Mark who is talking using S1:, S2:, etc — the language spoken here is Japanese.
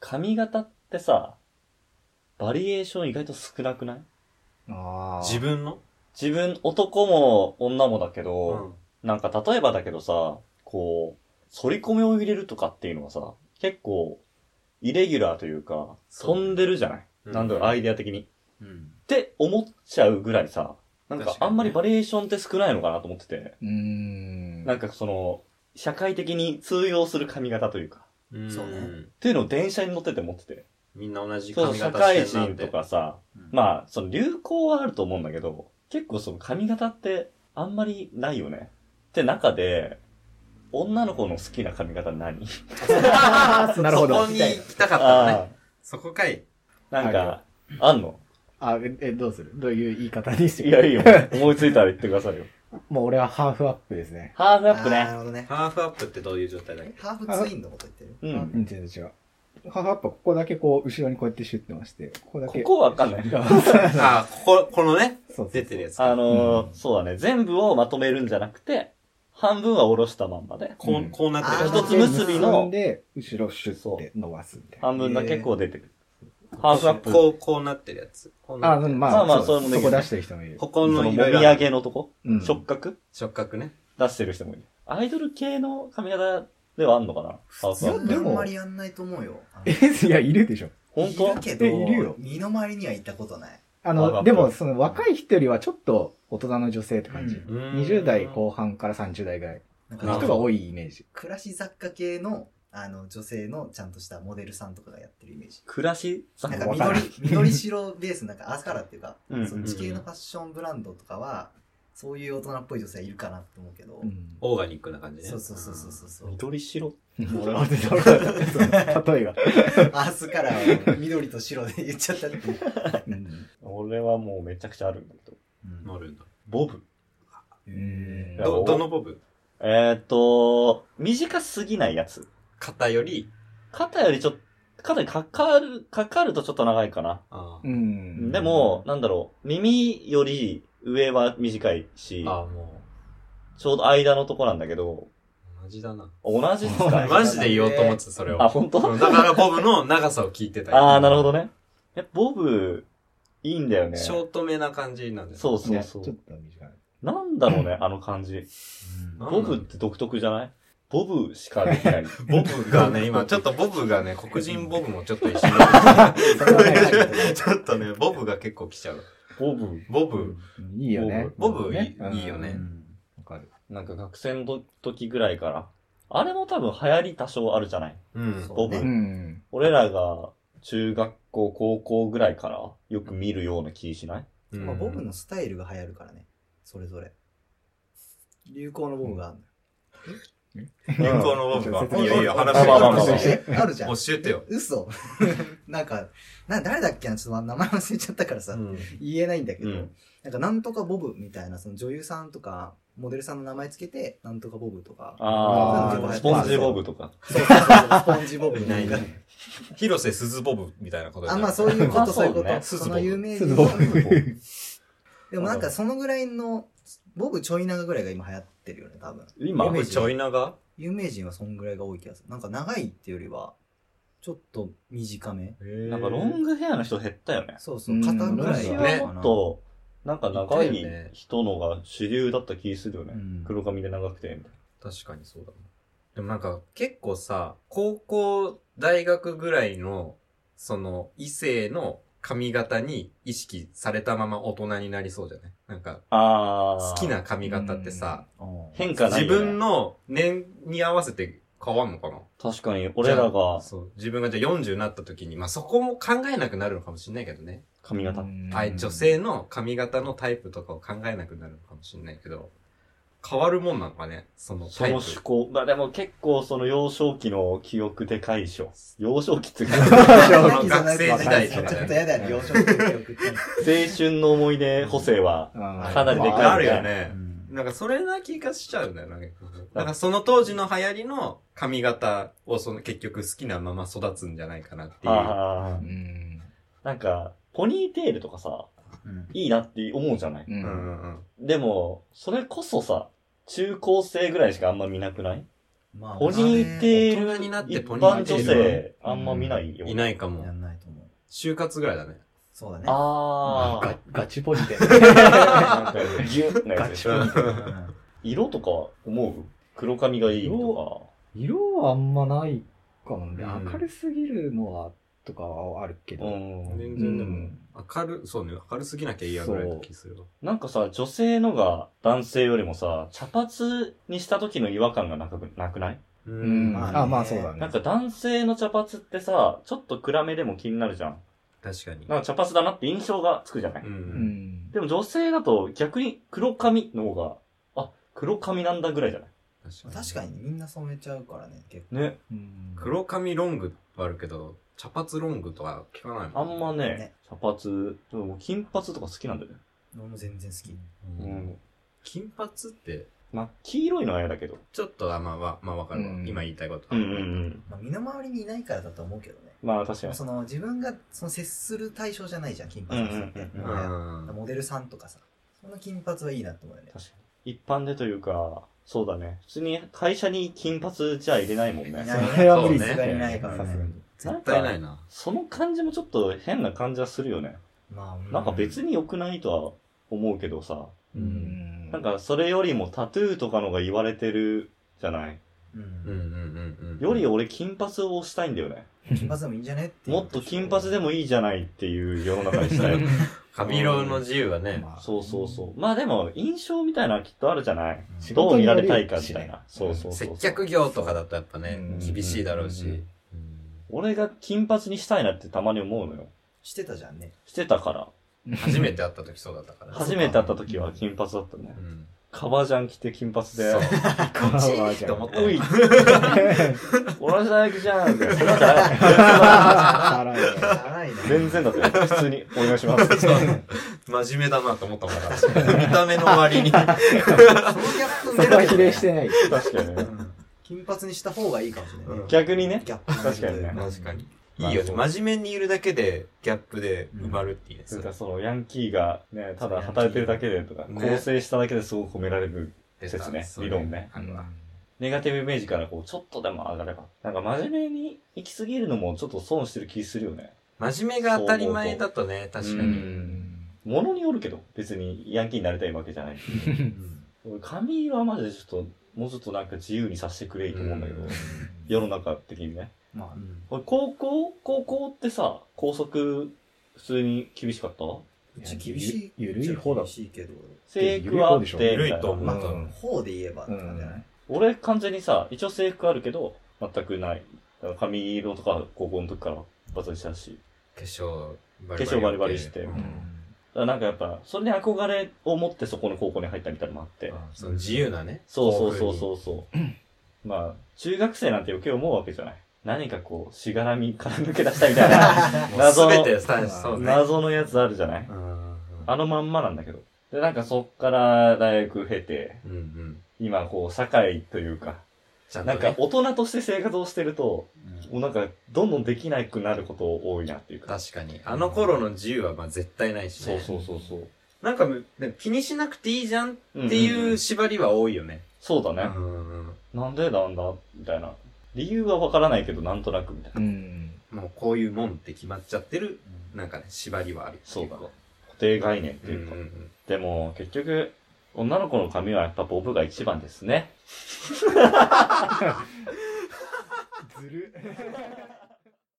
S1: 髪型ってさ、バリエーション意外と少なくない
S2: ああ。
S3: 自分の
S1: 自分、男も女もだけ
S3: う
S1: ど、
S3: ん。
S1: なんか例えばだけどさ、こう、反り込みを入れるとかっていうのはさ、結構、イレギュラーというか、
S3: そう
S1: 飛んでるじゃない、
S3: うん
S1: なんだろう、アイデア的に。っ
S3: うん。
S1: て思っちゃうぐらいさ、なんか
S3: 確か
S1: あ
S3: にね
S1: んまりバリエーションって少ないのかなと思ってて、
S2: うーん。
S1: なんかその、社会的に通用する髪型というか、
S3: うん
S2: そうね。
S1: っていうのを電車に乗ってて思ってて。
S3: みんな同じ
S1: そう、
S3: 髪
S1: 社
S3: 型
S1: 会
S3: してるなっ
S1: 人
S3: て。
S1: とかさ、
S2: うん
S1: まあ、その流行はあると思うんだけど、結構その髪型ってあんまりないよね。って中で、女の子の好きな髪型 何
S2: なるほど
S3: そこに行きたかったのね。
S1: あ
S3: そこかい。
S1: あ、なん
S2: ある
S1: か、あんの
S2: あ、え、えどうするどういう言い方にして
S1: いや、いいよ。思いついたら言ってください よ。
S2: もう俺はハーフアップですね。
S1: ハーフ
S4: あ
S1: ア
S4: ー
S1: ップ
S4: なる
S1: ね。
S4: ほどね。
S3: ハーフアップってどういう状態だ っけ
S4: えハーフツインのこと言って
S1: う。
S2: う
S4: る
S2: んん、違う違う。ハーフアップはここだけこう、後ろにこうやってシュッてまして、ここだ
S1: こ
S2: け。
S1: こわかん ない。
S3: ああ、ここ、このね、
S2: そうそ
S3: 出
S2: う
S3: てるやつ。
S1: あのー
S2: うん
S1: そうだね。全部をまとめるんじゃなくて、半分は下ろしたまんまで、
S3: こ
S2: う
S3: う、
S2: ん
S3: こうなってる。
S4: あー
S1: 一つ結び
S2: 結
S1: の
S2: んで、後ろシュッて伸ばすみたいな。
S1: 半分だけこう出てくる。ハ
S3: ハ
S1: ーフアップ。
S3: こう、こうなってるやつ。こうな
S2: あ
S3: ってる
S2: まあ、
S1: まあまあ
S2: そう
S1: それも
S2: そ
S1: できる
S2: こ出してる人もいる。
S3: こ
S1: そ
S3: こ
S1: の
S3: の
S1: も
S3: い
S1: み
S3: ろいろ
S1: あげのとこ、
S2: うん
S1: 触覚
S3: 触覚ね。
S1: 出してる人もいる。アイドル系の髪型ではあんのかなハー
S4: い
S1: フア
S4: や、
S1: ップ。
S4: でもあんまりやんないと思うよ。あの
S2: え、いや、いるでしょ。
S1: 本
S4: いる
S1: 当
S4: けど、
S2: えいるよ
S4: 身の回りには行ったことない。
S1: ハー
S2: あ
S1: フアッ
S2: の、
S1: プ
S2: でも、その若い人よりはちょっと大人の女性って感じ。
S4: う
S3: うん
S2: 20代後半から30代ぐらい
S4: なん
S3: な
S2: の
S3: るほ
S4: か
S2: 人が
S3: ど
S2: 多いイメージ。
S4: 暮らし雑貨系の、あの、女性のちゃんとしたモデルさんとかがやってるイメージ。
S1: 暮らし雑
S4: なん
S1: 貨
S4: か
S2: わかんな
S4: 緑
S2: い、
S4: 緑白ベース、なんかアスカラっていうか
S1: うん、
S4: そっち系のファッションブランドとかは、そういう大人っぽい女性いるかなと思うけど
S2: う、ん。
S3: オーガニックな感じね。
S4: そうそうそうそうそうそう。
S1: 緑白
S2: 俺は出てこなかったその例えが。
S4: アースカラーを緑と白で言っちゃったって いう。
S2: うん
S1: 俺はもうめちゃくちゃあるんだけど。
S3: うんなるんだ。
S1: ボブ。
S2: うん
S3: ど、どのボブ
S1: えーっと、短すぎないやつ。
S3: 肩より、
S1: 肩よりちょっと、肩にかかる、かかるとちょっと長いかな。
S3: あ
S2: う
S3: ー
S2: ん。
S1: でも、なんだろう、耳より上は短いし、
S3: あー、も
S1: ちょうど間のとこなんだけど、
S3: う、同じだな。
S1: 同じですか
S2: 同
S3: マ
S2: じ
S3: ジで言おうと思ってた、それを。
S1: あ、本当
S3: うんだからボブの長さを聞いてたよ
S1: ああ、なるほどね。え、ボブ、いいんだよね。
S3: シ
S1: そ
S3: ョ
S1: う
S3: ートめな感じなんです
S1: そう
S2: ね、
S1: そ
S2: ちょっ
S1: う。
S2: と短い。
S1: なんだろうね、あの感じ。
S3: なん
S1: ボブって独特じゃないボブしかできない。
S3: ボブがね、今、ちょっとボブがね、黒人ボブもちょっと一緒
S2: そ
S3: に。
S2: れはない
S3: ちょっとね、ボブが結構来ちゃう。
S1: ボブ。
S3: ボブ、
S2: いいよね。
S3: ボブいい
S2: うん
S3: いいよね
S2: わかる。
S1: なんか学生の時ぐらいから。あれも多分流行り多少あるじゃない
S3: うん。
S1: ボブ
S4: そう
S2: う
S4: ね
S2: ん。
S1: 俺らが中学校、高校ぐらいからよく見るような気しない
S3: うん
S4: まあ、ボブのスタイルが流行るからね。それぞれ。流行のボブがある
S3: 流行のボブ
S2: ちょっと説明
S3: が。いやい や、
S4: のよ。
S3: 話
S1: まあまあまあ
S3: が。
S1: まあ
S4: えある じゃん。
S3: 教えてよ。
S4: 嘘 なんか、な、誰だっけなちょっと名前忘れちゃったからさ、
S3: うん
S4: 言えないんだけど、
S1: うん
S4: なんかなんとかボブみたいな、その女優さんとか、モデルさんの名前つけて、なんとかボブとか、
S1: あ
S4: あ
S1: あ、
S4: ー
S1: スポンジボブとか。
S4: そうそうそう、スポンジボブみたい
S3: い
S4: な
S3: な。広瀬すずボブみたいなことじゃ
S4: あ、
S3: ん
S4: まあそういうこ
S1: あ
S4: と、そういう
S1: そ
S4: こ
S1: うね
S4: と。その有名
S2: す
S4: 人
S2: ず
S4: の
S2: ボブ。
S4: でもなんかそのぐらいの、ボブちょい長ぐらいが今流行ってるよね、多分。
S1: 今
S3: ボ、ブちょい長
S4: 有名人はそんぐらいが多い気がする。なんか長いっていうよりは、ちょっと短め。
S1: なんかロングヘアの人減ったよね。
S4: そうそうう、
S2: ん
S4: 肩ぐらい
S1: 昔
S4: か
S3: ね
S4: な
S1: はもっと、なんか長
S3: いたよ
S1: い
S3: ね
S1: 人のが主流だった気するよね。
S4: うん
S1: 黒髪で長くて、みたいな。
S3: 確かにそうだな。でもなんか結構さ、高校、大学ぐらいの、その異性の髪型に意識されたまま大人になりそうじゃないなんか
S1: ああ。
S3: 好きな髪型ってさ、
S1: 変化ない
S3: 自
S1: よ、ね。
S3: 分の年に合わせて変わんのかな
S1: 確かに、俺らが
S3: そう。自分がじゃあ40になった時に、まあそこも考えなくなるのかもしれないけどね。
S1: 髪型。
S3: あい女性の髪型のタイプとかを考えなくなるのかもしれないけど、変わるもんなのかねその
S1: そ
S3: タイ
S1: の
S3: プ。
S1: 趣向。まあでも結構その幼少期の記憶でかいでしょ。幼少期っていうか、
S3: 学生時代
S4: ち
S3: と
S4: ょ
S3: かね
S4: っとやだよ、幼少期の記憶って。
S1: 青春の思い出補正は、かなりでかい
S3: あるよ
S4: う
S3: ね。
S4: ん
S3: なんかそれな気がしちゃうんだよな。なんかその当時の流行りの髪型をその結局好きなまま育つんじゃないかなっていう。
S1: ああ
S2: うん。
S1: なんか、ポニーテールとかさ、
S4: うん
S1: いいなって思うじゃない、
S2: う。
S3: うんんうん
S1: でも、それこそさ、中高生ぐらいしかあんま見なくない
S4: ま
S1: こじに行っている
S3: 大人になって
S1: 一
S3: ポニー
S1: 般
S3: テ
S1: 女
S3: ール
S1: 性、あんま見ないよ。
S3: いないか
S4: や
S3: も。
S4: んないと思う。
S3: 就活ぐらいだね。
S4: そうだね。
S1: あ
S2: ガ
S1: ー。
S2: ガチポジで。
S1: なんか、ギュッなやつでしょ
S2: ガ
S3: チ
S4: うん
S1: 色とか思う黒髪がいいと
S2: 色はあんまないかもね。
S3: うん
S2: 明るすぎるのは、とかはあるけ
S1: か。う
S2: ど。
S1: ん。
S3: 全
S2: 然
S3: 然
S2: で
S3: で
S2: も
S3: も、明る、そうね、明るすぎなきゃ嫌ぐらいの気するわ。
S1: なんかさ、女性のが男性よりもさ、茶髪にした時の違和感がなくなくない、
S3: う
S2: うん
S4: まあね
S2: あ、まあそうだね。
S1: なんか男性の茶髪ってさ、ちょっと暗めでも気になるじゃん。
S3: 確かに。
S1: なんか茶髪だなって印象がつくじゃない、
S3: う。
S2: うんん。
S1: でも女性だと逆に黒髪の方が、あ、黒髪なんだぐらいじゃない
S4: 確かにみんな染めちゃうからね、結構。
S1: ね。
S2: うん
S3: 黒髪ロングはあるけど、茶髪ロングとは聞かない
S1: あ
S3: もん。
S1: んまね、
S4: ね
S1: 茶髪、でも金髪とか好きなんだよね。
S4: 俺も全然好き。
S3: う。
S1: うんん。
S3: 金髪って、
S1: まあ、黄色いのは嫌だけど。
S3: ちょっと、あ、まあ、まあ、まあ、わかるわ
S2: う。ん
S3: 今言いたいこと
S1: う
S3: は。
S1: んうんうん。
S4: まあ、身の回りにいないからだと思うけどね。
S1: まあ確かに。
S4: その自分がその接する対象じゃないじゃん、金髪の人って。
S1: うん
S3: う
S1: うん
S3: ん。
S4: モデルさんとかさ。その金髪はいいなと思うよね。
S1: 確かに。一般でというか、そうだね。普通に会社に金髪じゃ入れないもんね。
S4: ないね
S2: それは無理
S4: さすがにないから
S2: さすが
S4: ね
S2: に。
S3: 絶対ないな。
S1: その感じもちょっと変な感じはするよね。
S4: まあ、う
S1: なんか別に良くないとは思うけどさ。
S2: う
S3: うん
S2: ん。
S1: なんかそれよりもタトゥーとかのが言われてるじゃない。
S4: う。
S3: うんうんんうんうん。
S1: より俺金髪をしたいんだよね。
S4: 金髪でもいいんじゃねっていう
S1: もっと金髪でもいいじゃないっていう世の中に したい。
S3: 髪色の自由はね。
S2: まあ
S1: そうそうそう。まあでも印象みたいなのはきっとあるじゃない。
S2: 仕
S1: ど
S2: 事
S1: う見
S2: に
S1: られ
S2: よるよ
S1: た
S2: ね
S1: いかみたいな。そうそうそうそう。
S3: 接客業とかだとやっぱね
S2: う、ん
S3: 厳しいだろう
S2: うん
S3: し。
S1: 俺が金髪にしたいなってたまに思うのよ。
S4: してたじゃんね。
S1: してたから。
S3: 初めて会った時そうだったから。
S1: 初めて会った時は金髪だったね
S3: う。ん。
S1: 革ジャン着て金髪で
S3: そう。。
S2: か
S4: こっち
S2: わいい
S4: って思っ
S1: お い、同じ大学じゃん。それはじゃない
S2: さらに
S4: 辛いな。
S1: 全然だったよ。普通にお願いします。
S3: 真面目だなと思ったもんから。見た目の割に。
S4: そのギャップ
S2: そ
S4: 受け
S2: こ
S4: な
S2: はい比 例してない。
S1: 確かにね。
S4: 金髪にした方がいいかもしれないね。
S1: 逆にね。
S4: ギャップが出るという
S3: 確 かに。いいよね。真面目にいるだけで、ギャップで埋まるっていいで
S1: そ
S3: す
S1: うか、そのヤンキーがね、ただ働いてるだけでとか、
S3: ね
S1: 構成しただけですごく褒められる。説ね理論ね
S3: あの
S1: ネガティブイメージからこう、ちょっとでも上がれば。なんか真面目に行き過ぎるのもちょっと損してる気するよね。
S3: 真面目が当たり前だとね、確か
S1: う
S3: に。
S1: んものによるけど、別にヤンキーになりたいわけじゃない。
S3: うん
S1: 俺髪色はマジでちょっと、もうちょっとなんか自由にさせてくれいと思うんだけど、
S3: うん
S1: 世の中的にね。
S4: まあ、
S1: 俺高校高校ってさ、校則普通に厳しかった
S4: うち厳しい。
S2: ゆるい方だ
S4: 厳しいけど。
S1: 制服はあって、みたいな
S3: 緩いと思う
S4: まあ
S3: うん、
S4: 方で言えばって感じじゃない
S1: 俺完全にさ、一応制服あるけど、全くない。だから髪色とか高校の時からバツにしたし。
S3: 化粧バ
S1: 化粧バリバリして
S3: うん
S1: だからなんかやっぱ、それに憧れを持ってそこの高校に入ったみたいなのもあって。
S3: その自由なね。
S1: そうそうそう
S3: う。
S1: そうそう。まあ、中学生なんて余計思うわけじゃない。何かこう、しがらみから抜け出したいみたいな、
S3: すべてさ、 そうね。
S1: 謎のやつあるじゃない
S3: うん
S1: あのまんまなんだけど。で、なんかそっから大学経て、
S3: うんうん。
S1: 今こう、社会というか、
S3: ちゃんと
S1: な
S3: ね
S1: んか大人として生活をしてると、
S3: うん
S1: もうなんか、どんどんできなくなること多いなっていうか。
S3: 確かに。あの頃の自由はまあ絶対ないし
S1: そう
S3: ね。
S1: そうそうそう。
S3: なんかむ、なんか気にしなくていいじゃんっ
S1: うんうんうん
S3: ていう縛りは多いよね。
S1: そうだ
S3: う
S1: ね。
S3: んうん
S1: なんでなんだみたいな。理由はわからないけど、なんとなくみたいな。
S2: うん。
S3: もうこういうもんって決まっちゃってる、なんかね、縛りはある。
S1: そうだね。固定概念って
S3: うんう
S1: いうんか。
S3: うん。
S1: でも、結局、女の子の髪はやっぱボブが一番ですね。
S2: ずる。